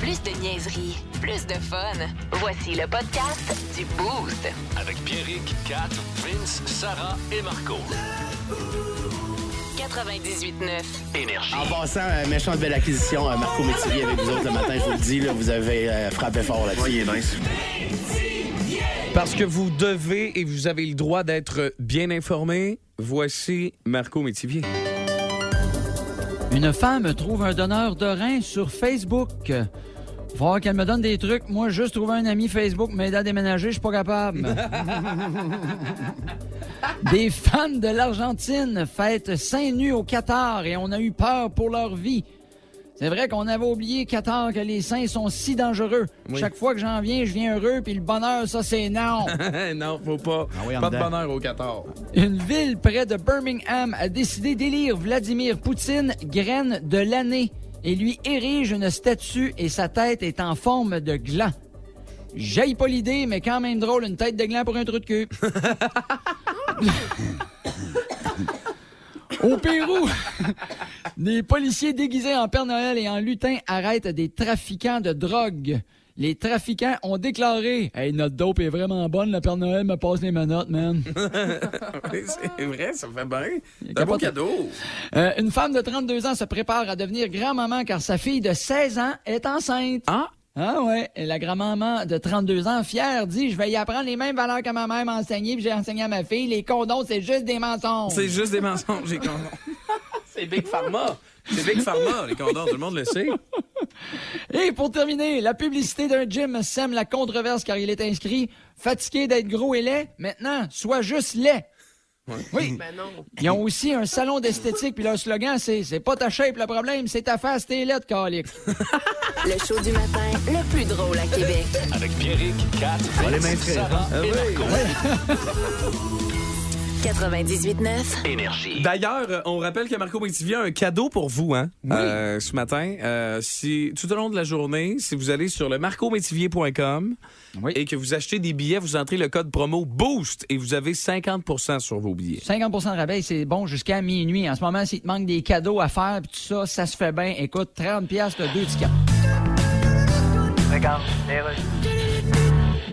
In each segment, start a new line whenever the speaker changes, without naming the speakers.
Plus de niaiserie, plus de fun. Voici le podcast du Boost.
Avec Pierrick, Kat, Vince, Sarah et Marco.
98.9.
Énergie.
En passant, euh, méchante belle acquisition, euh, Marco Métivier avec vous autres le matin, je vous le dis, là, vous avez euh, frappé fort là-dessus.
Parce que vous devez et vous avez le droit d'être bien informé. Voici Marco Métivier.
Une femme trouve un donneur de rein sur Facebook. Faut voir qu'elle me donne des trucs. Moi, juste trouver un ami Facebook m'aider à déménager, je suis pas capable. des fans de l'Argentine fêtent seins nus au Qatar et on a eu peur pour leur vie. C'est vrai qu'on avait oublié Qatar que les seins sont si dangereux.
Oui.
Chaque fois que j'en viens, je viens heureux, puis le bonheur, ça c'est non.
non, faut pas.
Ah oui, en
pas de
dedans.
bonheur au 14.
Une ville près de Birmingham a décidé d'élire Vladimir Poutine graine de l'année et lui érige une statue et sa tête est en forme de gland. J'aille pas l'idée, mais quand même drôle, une tête de gland pour un trou de cul. Au Pérou, des policiers déguisés en Père Noël et en lutin arrêtent des trafiquants de drogue. Les trafiquants ont déclaré Hey, notre dope est vraiment bonne, le Père Noël me passe les menottes, man.
C'est vrai, ça fait bien. C'est un
capote.
beau cadeau.
Euh, une femme de 32 ans se prépare à devenir grand-maman car sa fille de 16 ans est enceinte.
Ah,
Ah ouais, et la grand-maman de 32 ans, fière, dit « Je vais y apprendre les mêmes valeurs que ma mère m'a enseigné puis j'ai enseigné à ma fille. Les condoms, c'est juste des mensonges. »
c'est juste des mensonges, les condoms. C'est Big Pharma. C'est Big Pharma, les condoms, tout le monde le sait.
Et pour terminer, la publicité d'un gym sème la controverse car il est inscrit « Fatigué d'être gros et laid, maintenant, sois juste laid. » Oui. Ils ont aussi un salon d'esthétique, puis leur slogan, c'est C'est pas ta shape le problème, c'est ta face, t'es laide, calique.
Le show du matin le plus drôle à Québec.
Avec Pierrick, Kat, Vince, Sarah et Marco.
98.9.
Énergie.
D'ailleurs, euh, on rappelle que Marco Métivier a un cadeau pour vous, hein, euh, ce matin. Euh, si, tout au long de la journée, si vous allez sur le marcométivier.com
Oui.
et que vous achetez des billets, vous entrez le code promo BOOST et vous avez 50 sur vos billets.
50 de rabais, c'est bon jusqu'à minuit. En ce moment, s'il te manque des cadeaux à faire pis tout ça, ça se fait bien. Écoute, 30 pièces de deux tickets.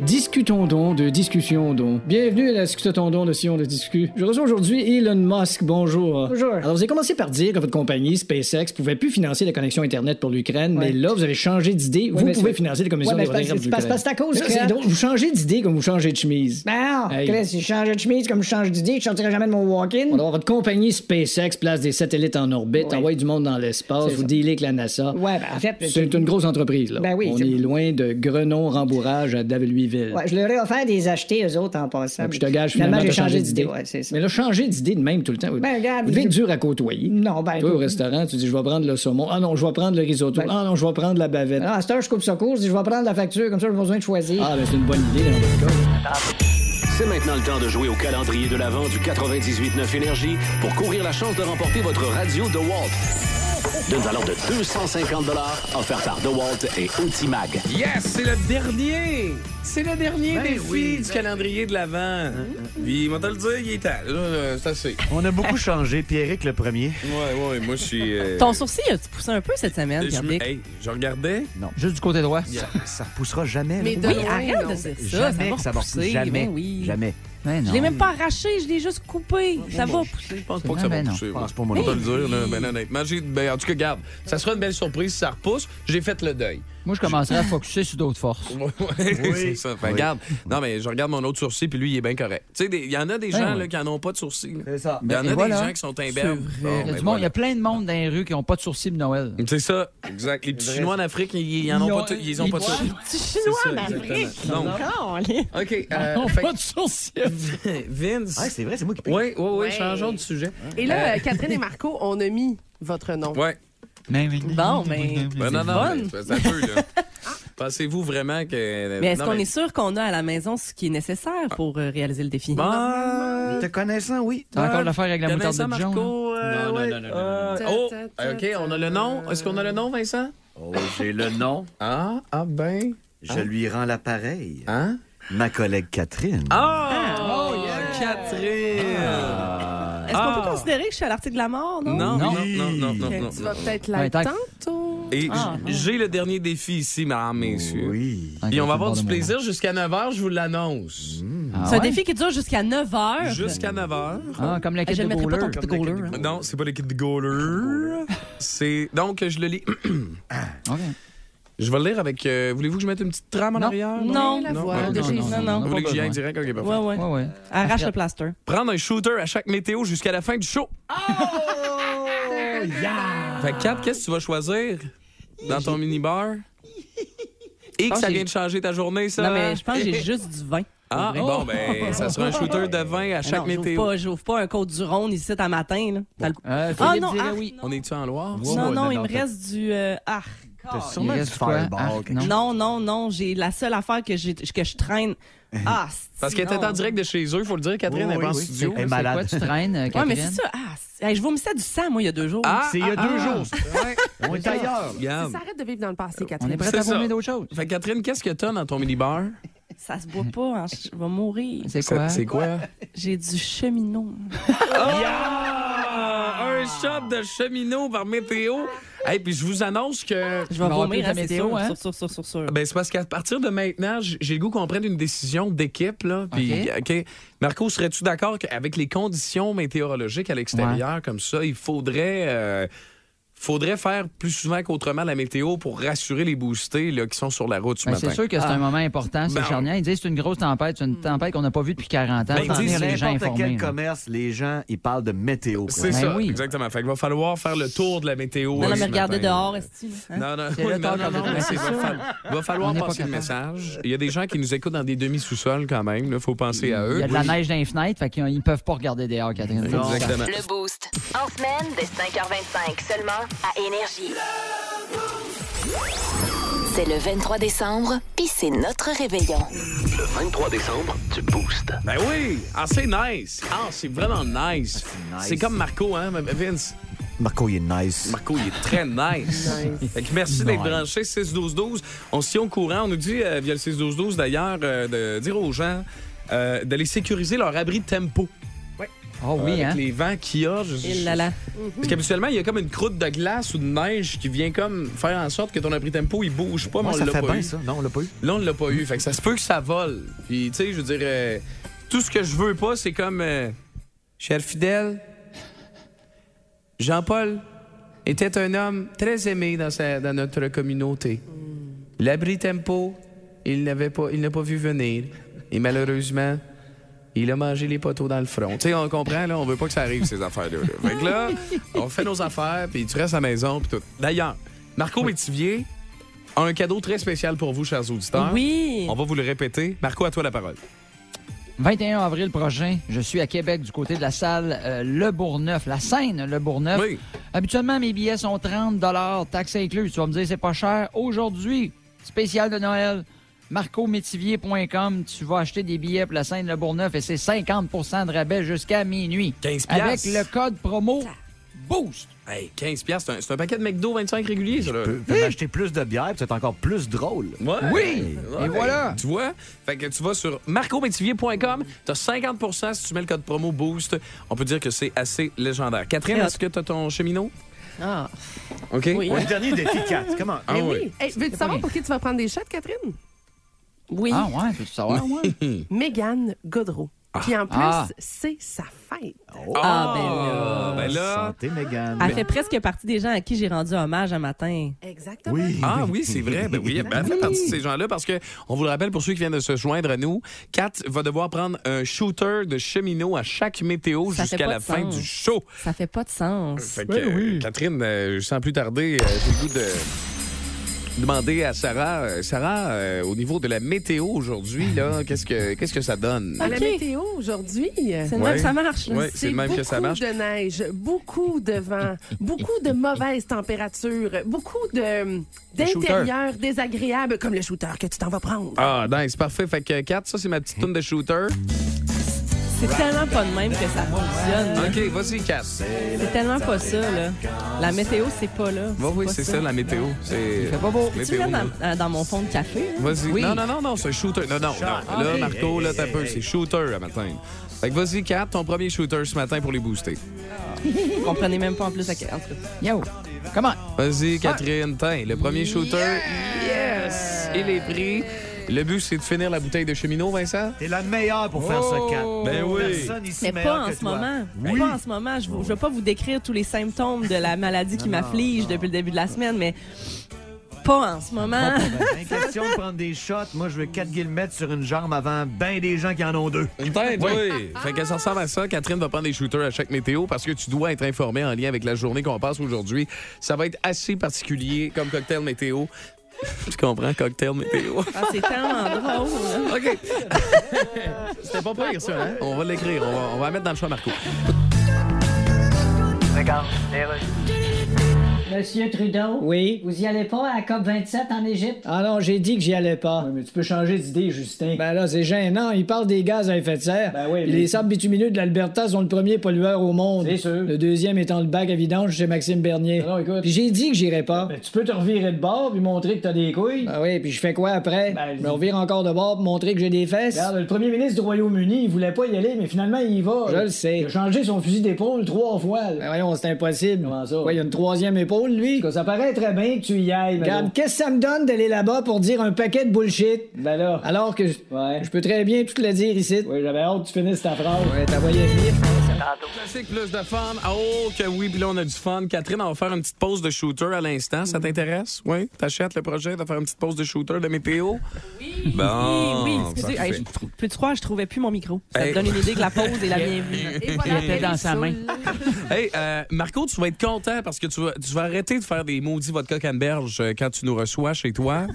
Discutons donc de discussion donc. Bienvenue à la discutons donc de Sion de Discu. Je reçois aujourd'hui Elon Musk. Bonjour. Bonjour. Alors, vous avez commencé par dire que votre compagnie SpaceX pouvait plus financer la connexion Internet pour l'Ukraine, mais là, vous avez changé d'idée. vous
mais
pouvez
c'est-
financer la commission
Ouais, mais c'est
des programmes
parce-
de
parce-
l'Ukraine.
parce que c'est à cause
C'est-
que-
donc, vous changez d'idée comme vous changez de chemise.
Ben non,
Hey.
Chris, si je changeais de chemise comme je change d'idée, je sortirais jamais de mon
On
walk-in.
doit avoir votre compagnie SpaceX place des satellites en orbite,
Ouais.
envoie du monde dans l'espace, vous
ça.
dealez avec la NASA.
Ouais, ben en fait,
C'est une grosse entreprise, là.
Ben oui,
On
c'est-
est loin de Grenon-Rembourrage à Daveluiville.
ouais, je leur ai offert des acheter eux autres en passant.
Puis je te gage finalement,
j'ai
t'as
changé d'idée. Ouais, c'est ça.
Mais là, changer d'idée de même tout le temps.
Ben, regarde,
vous devez
je-
être dur à côtoyer.
Non, ben.
Toi, au restaurant, tu dis, je vais prendre le saumon. Ah non, je vais prendre le risotto.
Ben-
Ah non, je vais prendre la bavette.
Ah, à cette heure, je coupe ça court, je dis, je vais prendre la facture, comme ça, j'ai pas besoin de choisir.
Ah, ben, c'est une bonne idée. dans votre cas.
C'est maintenant le temps de jouer au calendrier de l'Avent du 98.9 Énergie pour courir la chance de remporter votre radio DeWalt. D'une valeur de 250 offert par DeWalt et Ultimag.
Yes, c'est le dernier! C'est le dernier défi du calendrier de l'Avent. ben Mmh. Puis, il m'a te le dire, il est temps. Là, euh, c'est assez.
On a beaucoup changé, Pierrick le premier.
Ouais, ouais, moi, je suis... euh,
Ton sourcil a-tu poussé un peu cette semaine,
je,
Pierrick?
regardais.
Juste du côté droit.
Ça repoussera jamais. là.
Oui, arrête de dire ça.
jamais que
ça
ça va
va repousser.
repousser, jamais,
ben oui.
jamais.
Ben
Je
non.
l'ai même pas arraché, je l'ai juste coupé.
Oh,
Ça va pousser.
Je pense pas que ça
Ben
va
non,
pousser.
je pense
ouais.
Ah, pas, moi
On
non
va te le dire, là, ben honnêtement. j'ai- ben, en tout cas, garde, ça sera une belle surprise si ça repousse. J'ai fait le deuil.
Moi, je commencerai à focusser sur d'autres forces.
Ouais, c'est ça. Fait, regarde. Non, mais je regarde mon autre sourcil, puis lui, il est bien correct. Tu sais, des- il y en a des gens là, qui n'en ont pas de sourcil. là.
C'est ça.
Il y en a
Ben et
des
voilà.
gens qui sont imberbes. Bon,
Il y, a
ben
du monde-
voilà.
il y a plein de monde dans les rues qui n'ont pas de sourcils de Noël.
C'est ça, exact. Les petits Chinois en Afrique, ils n'en ont, pas tous- Ils ont pas tous.
Tu chinois,
ça,
en Afrique.
exactement. Non.
Oh,
Non.
OK.
Ils n'ont pas de sourcils.
Vince.
Ouais, c'est vrai, c'est moi qui paye.
Oui, oui, oui,
Ouais.
changeons de sujet.
Et là, euh, Catherine et Marco, on a mis votre nom.
Oui.
Bon, mais.
Ben non, non,
fun.
mais c'est- ça peut, là. Pensez-vous vraiment que.
Ah. Mais est-ce
non,
qu'on est sûr qu'on a à la maison ce qui est nécessaire pour euh, réaliser le défi?
Bah,
Te connaissant, oui.
T'as encore l'affaire avec la
T'as
moutarde
Vincent
de John.
Marco. euh, ouais, euh,
Ta,
Oh,
ta, ta,
OK, on a le nom. Est-ce qu'on a le nom, Vincent?
Oh, j'ai le nom.
Ah, ah, ben.
Je lui rends l'appareil.
Hein?
Ma collègue Catherine.
Ah! Oh, yeah. Catherine! Ah!
Est-ce qu'on peut considérer que je suis à l'article de la mort, non?
Non, non,
Oui.
non, non, non,
Euh,
non.
Tu vas peut-être
Ouais,
l'être
tant-
tantôt.
Et
Ah,
j- j'ai le dernier défi ici, mesdames, messieurs. Oui. Et on va avoir du plaisir jusqu'à 9h, je vous l'annonce.
C'est un défi qui dure jusqu'à 9 h.
Jusqu'à 9 h.
Ah, comme la
Je
quête
ne
de
mettrai pas ton
Bowler.
petit goaler. hein.
Non, c'est pas l'équipe de Goaler. C'est. Donc, je le lis.
Ok.
Je vais le lire avec. euh, Voulez-vous que je mette une petite trame en
Non.
arrière?
Non,
la
non,
voix.
Non, non,
non,
non.
non,
Vous
non.
voulez que j'y aille
Ouais.
direct? Ok, parfait.
Ouais, ouais.
Ouais, ouais.
Arrache le plaster.
Prendre un shooter à chaque météo jusqu'à la fin du show. Fait que, Cap, qu'est-ce que tu vas choisir dans ton minibar? Et que
pense
ça
que
vient
j'ai-
de changer ta journée, ça?
Non,
hein?
mais je pense que j'ai juste du vin.
Ah,
Pour vrai.
bon, ben, ça sera un shooter de vin à chaque
non,
météo.
J'ouvre pas, j'ouvre pas un côte du Rhône ici à matin. Là. T'as le-
Euh,
Ah
Philippe
non,
dirait
ah,
oui.
On est-tu en Loire?
non,
Oh,
non,
Ouais, ouais,
il
non,
me
t'as-
reste du. euh, ah,
Il
sûrement
reste
du
quoi? Ah.
fireball,
Arc,
quelque
non.
non, non, non, j'ai la seule affaire que, j'ai- que je traîne. Ah, c'est-
Parce qu'elle était
non.
en direct de chez eux, il faut le dire, Catherine,
Oui,
elle est
oui,
en
oui.
studio.
Elle est
C'est quoi,
malade.
tu traînes, euh,
Ouais,
Catherine?
mais c'est ça. Ah, c'est- hey, je vomissais du sang, moi, il y a deux jours.
Ah,
C'est il y a
ah,
deux
ah.
jours. ça. On est ailleurs. là.
ah.
Regarde.
Ça arrête de vivre dans le passé,
On est
Catherine.
prêt
C'est
à
ça.
former d'autres choses.
Fait Catherine, qu'est-ce que t'as dans ton minibar?
Ça se boit pas, hein, je vais mourir.
C'est quoi? Ben,
quoi?
J'ai du cheminot.
Ah! un shop de cheminot par météo. Et puis je vous annonce que...
Je
On
vais
aura plus
vomir,
la
hein, c'est
météo,
sûr,
hein?
sûr, sûr, sûr, sûr, sûr.
Ben, c'est parce qu'à partir de maintenant, j- j'ai le goût qu'on prenne une décision d'équipe. Là, puis, OK. Marco, serais-tu d'accord qu'avec les conditions météorologiques à l'extérieur, comme ça, il faudrait, euh, faudrait faire plus souvent qu'autrement la météo pour rassurer les boostés là, qui sont sur la route ce
Ben,
matin?
c'est sûr que c'est un moment important, c'est
Ben,
charnière. Ils disent que c'est une grosse tempête, c'est une tempête qu'on n'a pas vue depuis 40 ans.
Ben,
Faut
ils
en
disent
tenir les gens
N'importe
informés.
quel
là.
commerce, les gens, ils parlent de météo.
Ben
C'est ça,
oui.
exactement. Fait qu'il va falloir faire le tour de la météo.
non,
euh,
non,
ce
mais regardez
matin.
dehors, est-ce que. hein?
Non, non,
C'est le
oui, non,
temps
non,
qu'on
non,
veut
mais
faire.
c'est- va, fa- va falloir
On n'est pas
passer le
capable.
message. Il y a des gens qui nous écoutent dans des demi-sous-sols quand même. Il faut penser à eux.
Il y a de la neige dans les fenêtres, fait qu'ils ils peuvent pas regarder dehors, Catherine.
Non.
Exactement.
Le Boost. En semaine, dès 5h25 seulement à Énergie. C'est le 23 décembre, puis c'est notre réveillon.
Le 23 décembre, tu boostes.
Ben oui! Ah, c'est nice! Ah, c'est vraiment
nice.
nice! C'est comme Marco, hein, Vince?
Marco, il est nice.
Marco, il est très nice. Fait que merci d'être branché, 6-12-12. On s'y est au courant. On nous dit, euh, via le 6-12-12 d'ailleurs, euh, de dire aux gens euh, d'aller sécuriser leur abri de tempo.
Oh
Euh,
oui,
avec
hein?
les vents qu'il y a. je- je-
Il là là.
Parce qu'habituellement, il y a comme une croûte de glace ou de neige qui vient comme faire en sorte que ton abri tempo, il bouge pas, mais
Ouais,
on
ça
l'a
fait
pas
bien,
eu.
ça. Non, on l'a pas eu.
Là, on l'a pas eu. Fait que ça se peut que ça vole. Puis, tu sais, je veux dire, euh, tout ce que je veux pas, c'est comme. euh, Cher fidèle, Jean-Paul était un homme très aimé dans, sa- dans notre communauté. L'abri tempo, il n'avait pas, il n'a pas vu venir. Et malheureusement, il a mangé les poteaux dans le front. Tu sais, on comprend, là, on veut pas que ça arrive, ces affaires-là. là. Fait que là, on fait nos affaires, puis tu restes à la maison, puis tout. D'ailleurs, Marco Métivier a un cadeau très spécial pour vous, chers auditeurs.
Oui.
On va vous le répéter. Marco, à toi la parole.
21 avril prochain, je suis à Québec du côté de la salle euh, Le Bourgneuf, la scène Le Bourgneuf.
Oui.
Habituellement, mes billets sont 30 taxes incluses. Tu vas me dire, c'est pas cher. Aujourd'hui, spécial de Noël, marcométivier.com, tu vas acheter des billets pour la scène Le Bourgneuf et c'est 50 de rabais jusqu'à minuit.
15
Avec
piastres.
le code promo BOOST.
Hey, 15 piastres, c'est un- c'est un, paquet de McDo 25 réguliers, ça, là.
Tu peux m'acheter plus de bière, puis c'est encore plus drôle.
Ouais.
Oui. Et voilà.
Tu vois? Fait que tu vas sur marcobétivier.com, t'as 50 si tu mets le code promo BOOST. On peut dire que c'est assez légendaire. Catherine,
Très
est-ce que t'as ton cheminot?
Ah,
OK.
oui.
Ouais, le dernier défi 4. Comment?
Ah
Mais
oui.
oui. Hey, Veux-tu savoir pour qui tu vas prendre des shots, Catherine?
Oui.
Ah ouais, peux-tu savoir?
Mégane Godreau. Puis en plus,
Ah.
c'est sa fête.
Ah, ben là.
ben là.
Santé, Megan.
Elle fait presque partie des gens à qui j'ai rendu hommage un matin.
Exactement.
Oui.
Ah oui, c'est vrai. Ben oui, ben, elle fait partie de ces gens-là parce que on vous le rappelle pour ceux qui viennent de se joindre à nous, Kat va devoir prendre un shooter de cheminot à chaque météo
Ça fait
jusqu'à
pas
la
de
fin
sens.
du show.
Ça fait pas de sens.
Fait que, euh, Catherine, euh, sans plus tarder, euh, j'ai le goût de demander à Sarah. euh, Sarah, euh, au niveau de la météo aujourd'hui, là, qu'est-ce que qu'est-ce que ça donne?
La
Ok.
météo aujourd'hui.
C'est le
Ouais.
même, ça marche. là.
Ouais, c'est le même que ça marche.
Beaucoup de neige, beaucoup de vent, beaucoup de mauvaises températures, beaucoup de d'intérieur désagréable, comme le shooter que tu t'en vas prendre.
Ah, nice, parfait. Fait que, Kat, ça, c'est ma petite toune de shooter.
C'est tellement pas de même que ça fonctionne. là.
OK, vas-y, Kat.
C'est tellement pas ça, là. La météo, c'est pas là.
Oui, oui,
pas
c'est ça, la météo. C'est
fait pas beau.
Tu me
Météo,
mets
là.
dans, euh, dans mon fond de café, là?
Vas-y.
Oui.
Non, non, non, non, c'est shooter. Non, non, non. Là, Marco, là, t'as peu. C'est shooter, à matin. Fait que vas-y, Kat, ton premier shooter ce matin pour les booster.
Vous comprenez même pas en plus à quel. en tout cas.
Yo. Comment?
Vas-y, Catherine, tiens, le premier shooter. Yes! Il est pris. Le but, c'est de finir la bouteille de cheminot, Vincent?
T'es la meilleure pour faire ça, Kat.
Ben oui.
Personne ici
Mais
meilleur
pas en
que
ce
toi.
moment.
Oui.
Pas en ce moment. Je ne vais pas vous décrire tous les symptômes de la maladie qui m'afflige depuis le début de la semaine, mais pas en ce moment.
Ben, question de prendre des shots. Moi, je veux 4 guillemets sur une jambe avant ben des gens qui en ont deux.
Une tête, oui. Fait que ça ressemble à ça. Catherine va prendre des shooters à chaque météo parce que tu dois être informé en lien avec la journée qu'on passe aujourd'hui. Ça va être assez particulier comme cocktail météo. Tu comprends, cocktail météo.
Ah, c'est tellement drôle.
OK. C'était pas pire, ça, hein? On va l'écrire. On va, on va la mettre dans le choix, Marco.
Monsieur Trudeau,
Oui.
vous y allez pas à la COP27 en Égypte?
Ah non, j'ai dit que j'y allais pas. mais tu peux changer d'idée, Justin. Ben là, c'est gênant. Il parle des gaz à effet de serre. Ben oui, Les sables bitumineux de l'Alberta sont le premier pollueur au monde. C'est sûr. Le deuxième étant le bac à vidange chez Maxime Bernier. non, écoute. Puis j'ai dit que j'irais pas. Ben tu peux te revirer de bord puis montrer que t'as des couilles. Ben oui, puis je fais quoi après? Ben, je me revire encore de bord pour montrer que j'ai des fesses. Regarde, le premier ministre du Royaume-Uni, il voulait pas y aller, mais finalement, il y va. Je le sais. Il a changé son fusil d'épaule trois fois. Ben voyons, c'est impossible. Comment ça? il y a une troisième épaule, lui. ça paraît très bien que tu y ailles, Regarde, qu'est-ce que ça me donne d'aller là-bas pour dire un paquet de bullshit? Ben là. Alors que je- je peux très bien tout le dire ici. Oui, j'avais hâte que tu finisses ta phrase. Ouais, t'as voyé venir.
Classique plus de fun. Oh, que oui, puis là, on a du fun. Catherine, on va faire une petite pause de shooter à l'instant.
Mm.
Ça t'intéresse? Oui? T'achètes le projet de faire une petite pause de shooter de météo?
Mm.
Oui! Bon,
oui, oui, excusez.
parfait.
Hey, je trou- Peux-tu croire, je trouvais plus mon micro. Ça
Hey.
te donne une idée que la pause est la bienvenue.
Et voilà,
était dans sa main.
Hey, euh, Marco, tu vas être content parce que tu vas, tu vas arrêter de faire des maudits vodka canneberge euh, quand tu nous reçois chez toi. Euh,